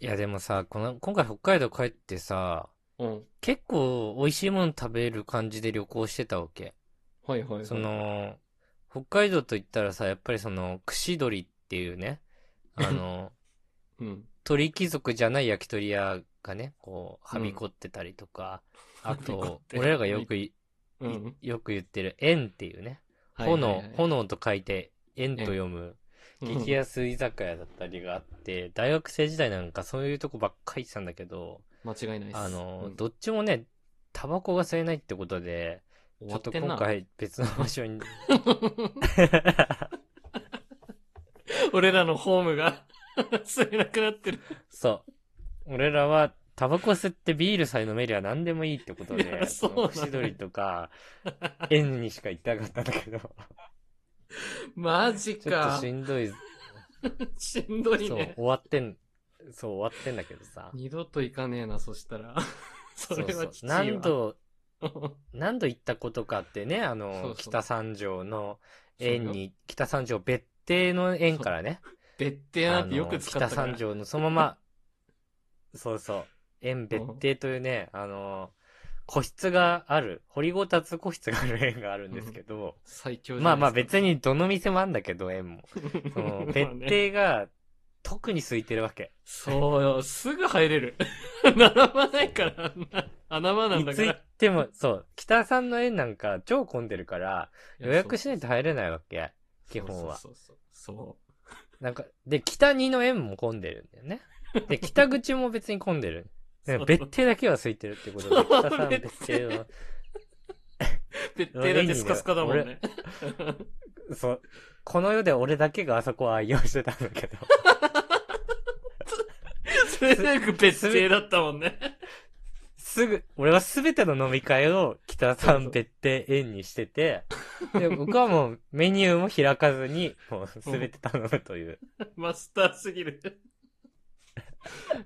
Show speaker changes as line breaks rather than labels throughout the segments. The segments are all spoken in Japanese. いやでもさ、この、今回北海道帰ってさ、
うん。
結構美味しいもの食べる感じで旅行してたわけ。
はいはいはい。
その、北海道と言ったらさ、やっぱりその、串鳥っていうね、あ の、
うん。
鳥貴族じゃない焼き鳥屋がね、こう、はびこってたりとか、あ
はびこ
と
っ、て
俺らがよくい、
うん。
よく言ってる、円っていうね、
はいはい
炎
はい、
炎と書いて、円と読む、激
うん
安居酒屋だったりがあって、大学生時代なんかそういうとこばっかり行ってたんだけど、
間違いないです。
あの、
うん
どっちもね、タバコが吸えないってことで、
終
ちょ
わ
っ
っ
と
てんな
今回別の場所に、
俺らのホームが 吸えなくなってる。
そう。俺らは、タバコ吸ってビールさえ飲めりゃ何でもいいってこと
い
で、
やそうなんだ
の串取りと か、縁にしか行ってなかったんだけど、
マジ
ちょっと
か。
しんどい、
しんどい
そう、
ね。
終わってん、そう、終わってんだけどさ。
二度と行かねえな、そした ら。それはきついわ。
何度、
うん
何度行ったことかってね、あの、
そうそう
北三条の 縁に、北三条別邸の縁からね、
別邸なんてよ
あ
く
の
使った
北
から。
三条のそのま ま、そうそう、園別邸というね、あの、個室がある、掘りごたつ個室がある園があるんですけど、
最強じ
ま
ゃ
あま
な
あ
いですか
別、にどの店もあんだけど、園も。その別
まあね
邸が特に空いてるわけ。
そうよ、すぐ入れる。 並ばないから、あんな穴場なん
い
だ
つ
か
行っ
ら。
ても、そう、北さんの園なんか超混んでるから、予約しないと入れないわけ。
い
基
やそう
本は。
そうそうそう。そ
なんか、で、北2の園も混んでるんだよね。 で、北口も別に混んでる。
う
ね別邸だけは空いてるってことで、
そう
北さん別邸の、
う別邸だってスカスカだもんね。
そう、この世で俺だけがあそこを愛用してたんだけど、
それでよく別邸だったもんね。
すぐ、俺はすべての飲み会を北さん別邸園にしてて、で、僕はもうメニューも開かずに、もうすべて頼むという。
マスターすぎる。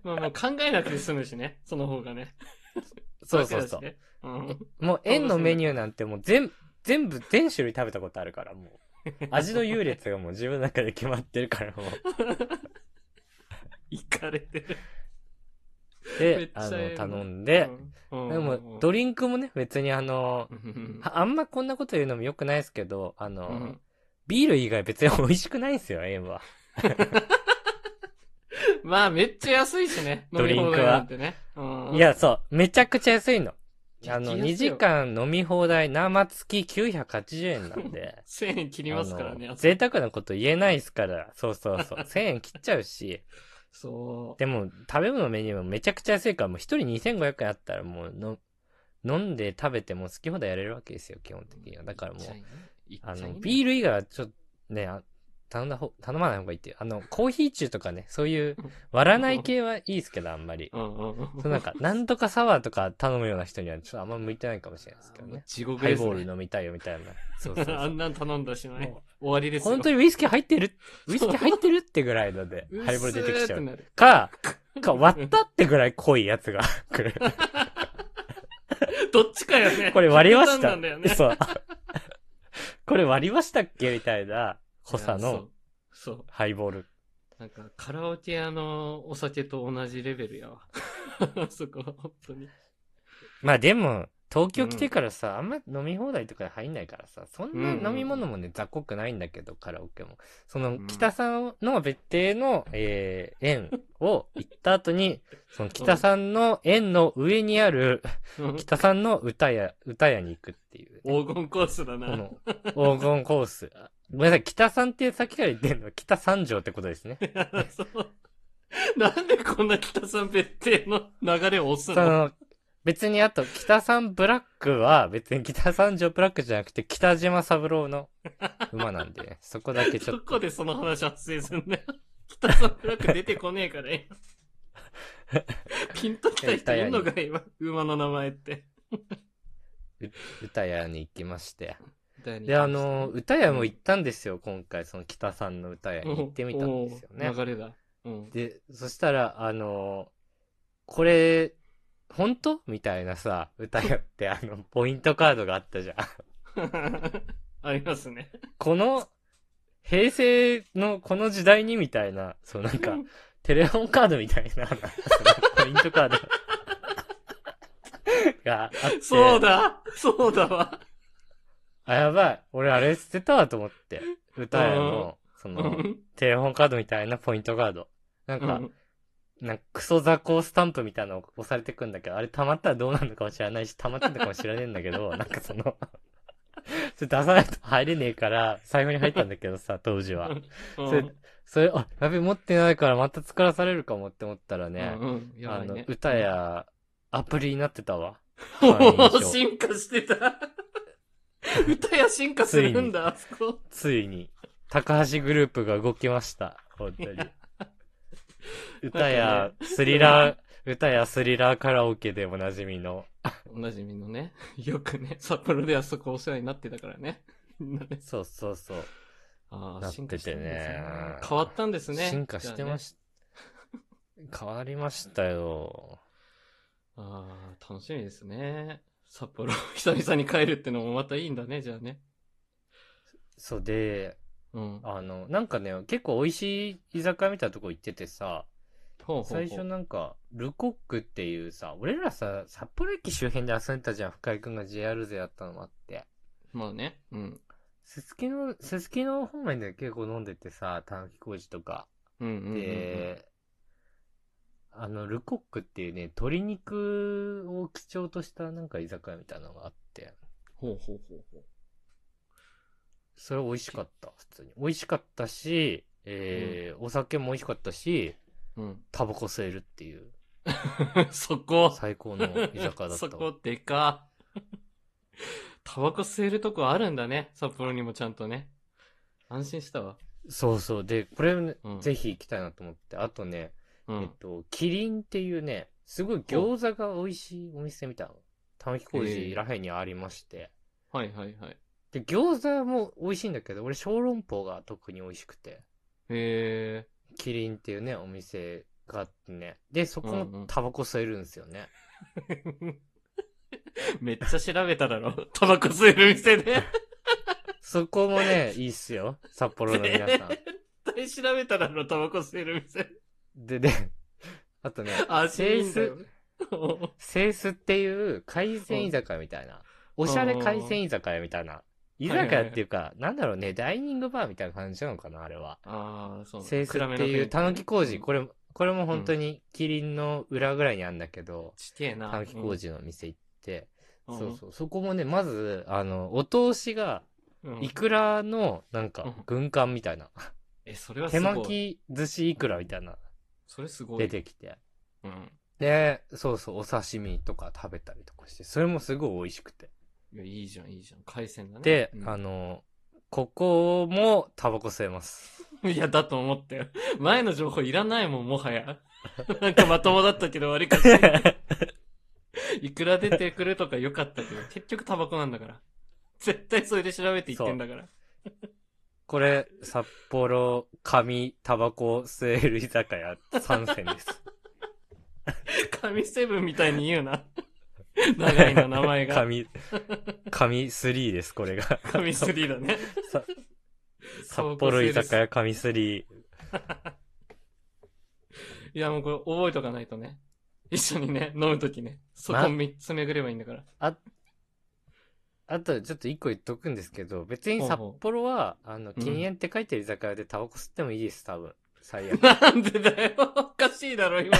まあまあ考えなくて済むしね、その方がね。
そうそうそう
楽。だしねうん
もう円のメニューなんてもう全、全部、全種類食べたことあるから、もう。味の優劣がもう自分の中で決まってるから、もう。
行かれてる。めっ
で
ち、ゃ
あ
ええ
の、
な
頼んで、
うん、
でも、
れ
ドリンクもね、別にあの、あ
は、
あんまこんなこと言うのも良くないですけど、あの、
うん
ビール以外別に美味しくないんですよ、円は。
まあめっちゃ安いしね、飲
ド
み
リンクは
放題なんてね。うん
い、や、そう、めちゃくちゃ安いの。
激
あの、
安よ。
2時間飲み放題生付き980円なんで
1000円切 りますからね
あの。
朝
贅沢なこと言えないですから、そうそう そう。1000円切っちゃうし。
そう。
でも、食べ物メニューもめちゃくちゃ安いから、もう一人2500円あったら、もうの、飲んで食べても好き放題やれるわけですよ、基本的には。だからもう、あの、ビ
ー
ール以外はちょっとね、あ頼んだほ頼まない方がいいっていう。あの、コーヒー中とかね、そういう
うん、
割らない系はいいですけど、あんまり。
ル、うんうんうん
そう なんか、なんとかサワーとか頼むような人には、ちょっとあんま向いてないかもしれないですけどね。
地獄
ハイ
です
ボール
ね。
飲みたいよみたいな。そうそう
あ
そ
んなん頼んだしね
も。
終わりで
う。
すよ。
本当にウイスキー入ってる、ウイスキー入ってるってぐらいので、ハイボール出てきちゃう。
う。
か、か、割ったってぐらい濃いやつが来る。
どっちかよね。
これ割りまし
極端な
た。
んだよね
そう。これ割りましたっけみたいな濃さ
いや
の。
そうそう。
ハイボール。
なんか、カラオケ屋のお酒と同じレベルやわ。 そこは本当に。
まあでも、東京来てからさ、あんま飲み放題とか入んないからさ、そんな
うんうんうん
飲み物もね、雑魚くないんだけど、カラオケも。その
ん、
北さんの別邸の、えー、園を行った後に、その北さんの園の上にある、北さんの歌屋、歌屋に行くっていうね、
黄金コースだ
こ
な。
の黄金コース。ごめんなさい、北さんってさっきから言ってるのは北三条ってことですね。
そうなんでこんな北さん別邸の流れを押す
そ
の
の、別にあと、北さんブラックは別に北三条ブラックじゃなくて北島三郎の馬なんで、 ね、そこだけちょ
ど
っと。
こでその話発生すんだよ。 北さんブラック出てこねえから今。 ピンときた人いんのか今、馬の名前って。
歌屋に行きまして。
で
で、あの、歌屋も行ったんですよ、今回、その北さんの歌屋に行ってみたんですよね。
流れだ。うん。
で、そしたら、あのこれ、本当みたいなさ、歌やって、あの、ポイントカードがあったじゃん。
ありますね。
この、平成のこの時代にみたいな、そうなんか、テレホンカードみたいな、なんかそのポイントカードがあって。
そうだそうだわ。
あ、やばい。俺あれ捨てたわと思って。歌屋の、そうの、
ん。
テレホンカードみたいなポイントカード。なんか、
うん
なんかクソ雑魚スタンプみたいなのが押されてくんだけど、あれ溜まったらどうなるのかも知らないし、溜まってんのかも知らねえんだけ ど、なんかその、 それ出さないと入れねえから、財布に入ったんだけどさ、当時は。
うん
それ、それ、あ、やべ、持ってないからまた作らされるかもって思ったらね、
うんうんや
あ
ばい
の
ね、
歌やアプリになってたわ。
も
会員
う
証
進化してた。 歌や進化するんだ、あそこ。
ついに、高橋グループが動きました。本 当に。歌やスリラー、歌やスリラーカラオケでおなじみの、
おなじみのね、 よくね、札幌であそこお世話になってたからね。みんなね
そうそうそう。
あ
なってて
あ、進化してるんですね
ね。
変わったんですね。
進化してま
じ
した、変わりましたよ。
ゃあね。ああ、楽しみですね。札幌、久々に帰るってのもまたいいんだね、じゃあね。
そうで、
うん。
あの、なんかね、結構美味しい居酒屋みたいなとこ行っててさ、
ほうほうほう
最初なんか、ルコックっていうさ、俺らさ、札幌駅周辺で遊んでたじゃん、深井くんが JR 勢やったのもあって。
まあね。うん。
すすきの、すすきの方面で結構飲んでてさ、短期工事とか。
うんうんうんうん。
で、あの、ルコックっていうね、鶏肉を基調としたなんか居酒屋みたいなのがあって、
ほうほうほうほう。
それ美味しかった、普通に。美味しかったし、えーお酒も美味しかったし、
うん。
タバコ吸えるっていう、
そこ。
最高の居酒屋だったわ。
そこでか。 タバコ吸えるとこあるんだね。札幌にもちゃんとね。安心したわ。
そうそう。で、これ、ね
うん
ぜひ行きたいなと思って。あとね、
う
えっ
ん。
と、キリンっていうね、すごい餃子が美味しいお店みたいなの。玉木工
へ
事
え
らへんにありまして。
はいはいはい。
で、餃子も美味しいんだけど、俺小籠包が特に美味しくて。
へえ。
キリンっていうね、お店があってね。で、そこ
うんう
も
ん
タバコ吸えるんですよね。
めっちゃ調べた だろ。タバコ吸える店で。
そこも ね、いいっすよ。札幌の皆さん。
絶対調べただろ、タバコ吸える店。
で、で、あとね、
あ、
セ
いい
ー
んだ
ス
よ、。 お
セースっていう海鮮居酒屋みたいな。おしゃれ海鮮居酒屋みたいな。居酒屋っていうか、なんだろうね、ダイニングバーみたいな感じなのかな、あれは。
ああ、そう
セースっていう、たぬき工事、これ、これも本当にキリンの裏ぐらいにあるんだけど、
ちてえな。
たぬき工事の店行って、
うん
そうそう、そこもね、まず、あの、お通しが、
うん。
イクラの、なん
うん
か、軍艦みたいな、
え、それは
手
す
巻
ごい。
き寿司イクラみたいな、
それすごい。
出てきて。
うん。
で、そうそう、お刺身とか食べたりとかして、それもすごい美味しくて。
いや、いいじゃん、いいじゃん。海鮮だね。
で、
うん
あの、ここもタバコ吸えます。
いや、だと思ったよ。前の情報いらないもん、もはや。 なんかまともだったけど、悪かった。 いくら出てくるとかよかったけど、結局タバコなんだから。絶対それで調べていってんだから。
これ、札幌、紙、タバコ吸える居酒屋参戦です。
神セブンみたいに言 うな。長いな、名前が。
紙、紙3です、これ が。
神スリーだね。
さ札幌居酒屋紙3。
いや、もうこれ覚えとかないとね。一緒にね、飲むときね。そこ
ま
3つ巡ればいいんだから。
あと、ちょっと一個言っとくんですけど、別に
ほう
札
ほう
幌は、あの、
うん
禁煙って書いてる居酒屋でタバコ吸ってもいいです、多分。最 悪。
なんでだよ。おかしいだろ、今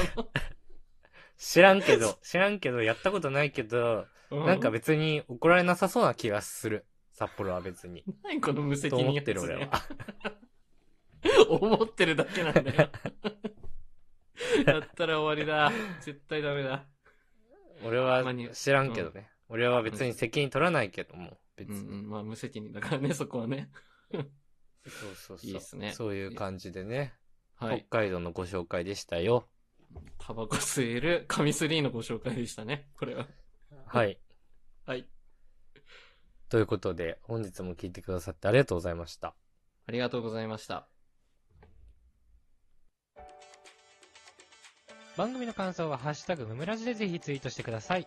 知らんけど、知らんけど、やったことないけど、
の。う
なんか別に怒られなさそうな気がする。札幌は別に。
何この無 責
と
任
思
や
っ
つ
てる俺は。
思ってるだけなんだ よ。やったら終わりだ。絶対ダメだ。
俺
た
は
まに
知らんけどね。俺は別に責任取らないけども、別
う
に。
んうん、まあ無責任だからね、そこはね。
そうそうそう。
いいっすね
そういう感じでね、
はい。
北海道のご紹介でしたよ。
タバコ吸える紙スリーのご紹介でしたね、これは。
はい。
はい。
ということで、本日も聞いてくださってありがとうございました。
ありがとうございました。
番組の感想は、ハッシュタグムムラジでぜひツイートしてください。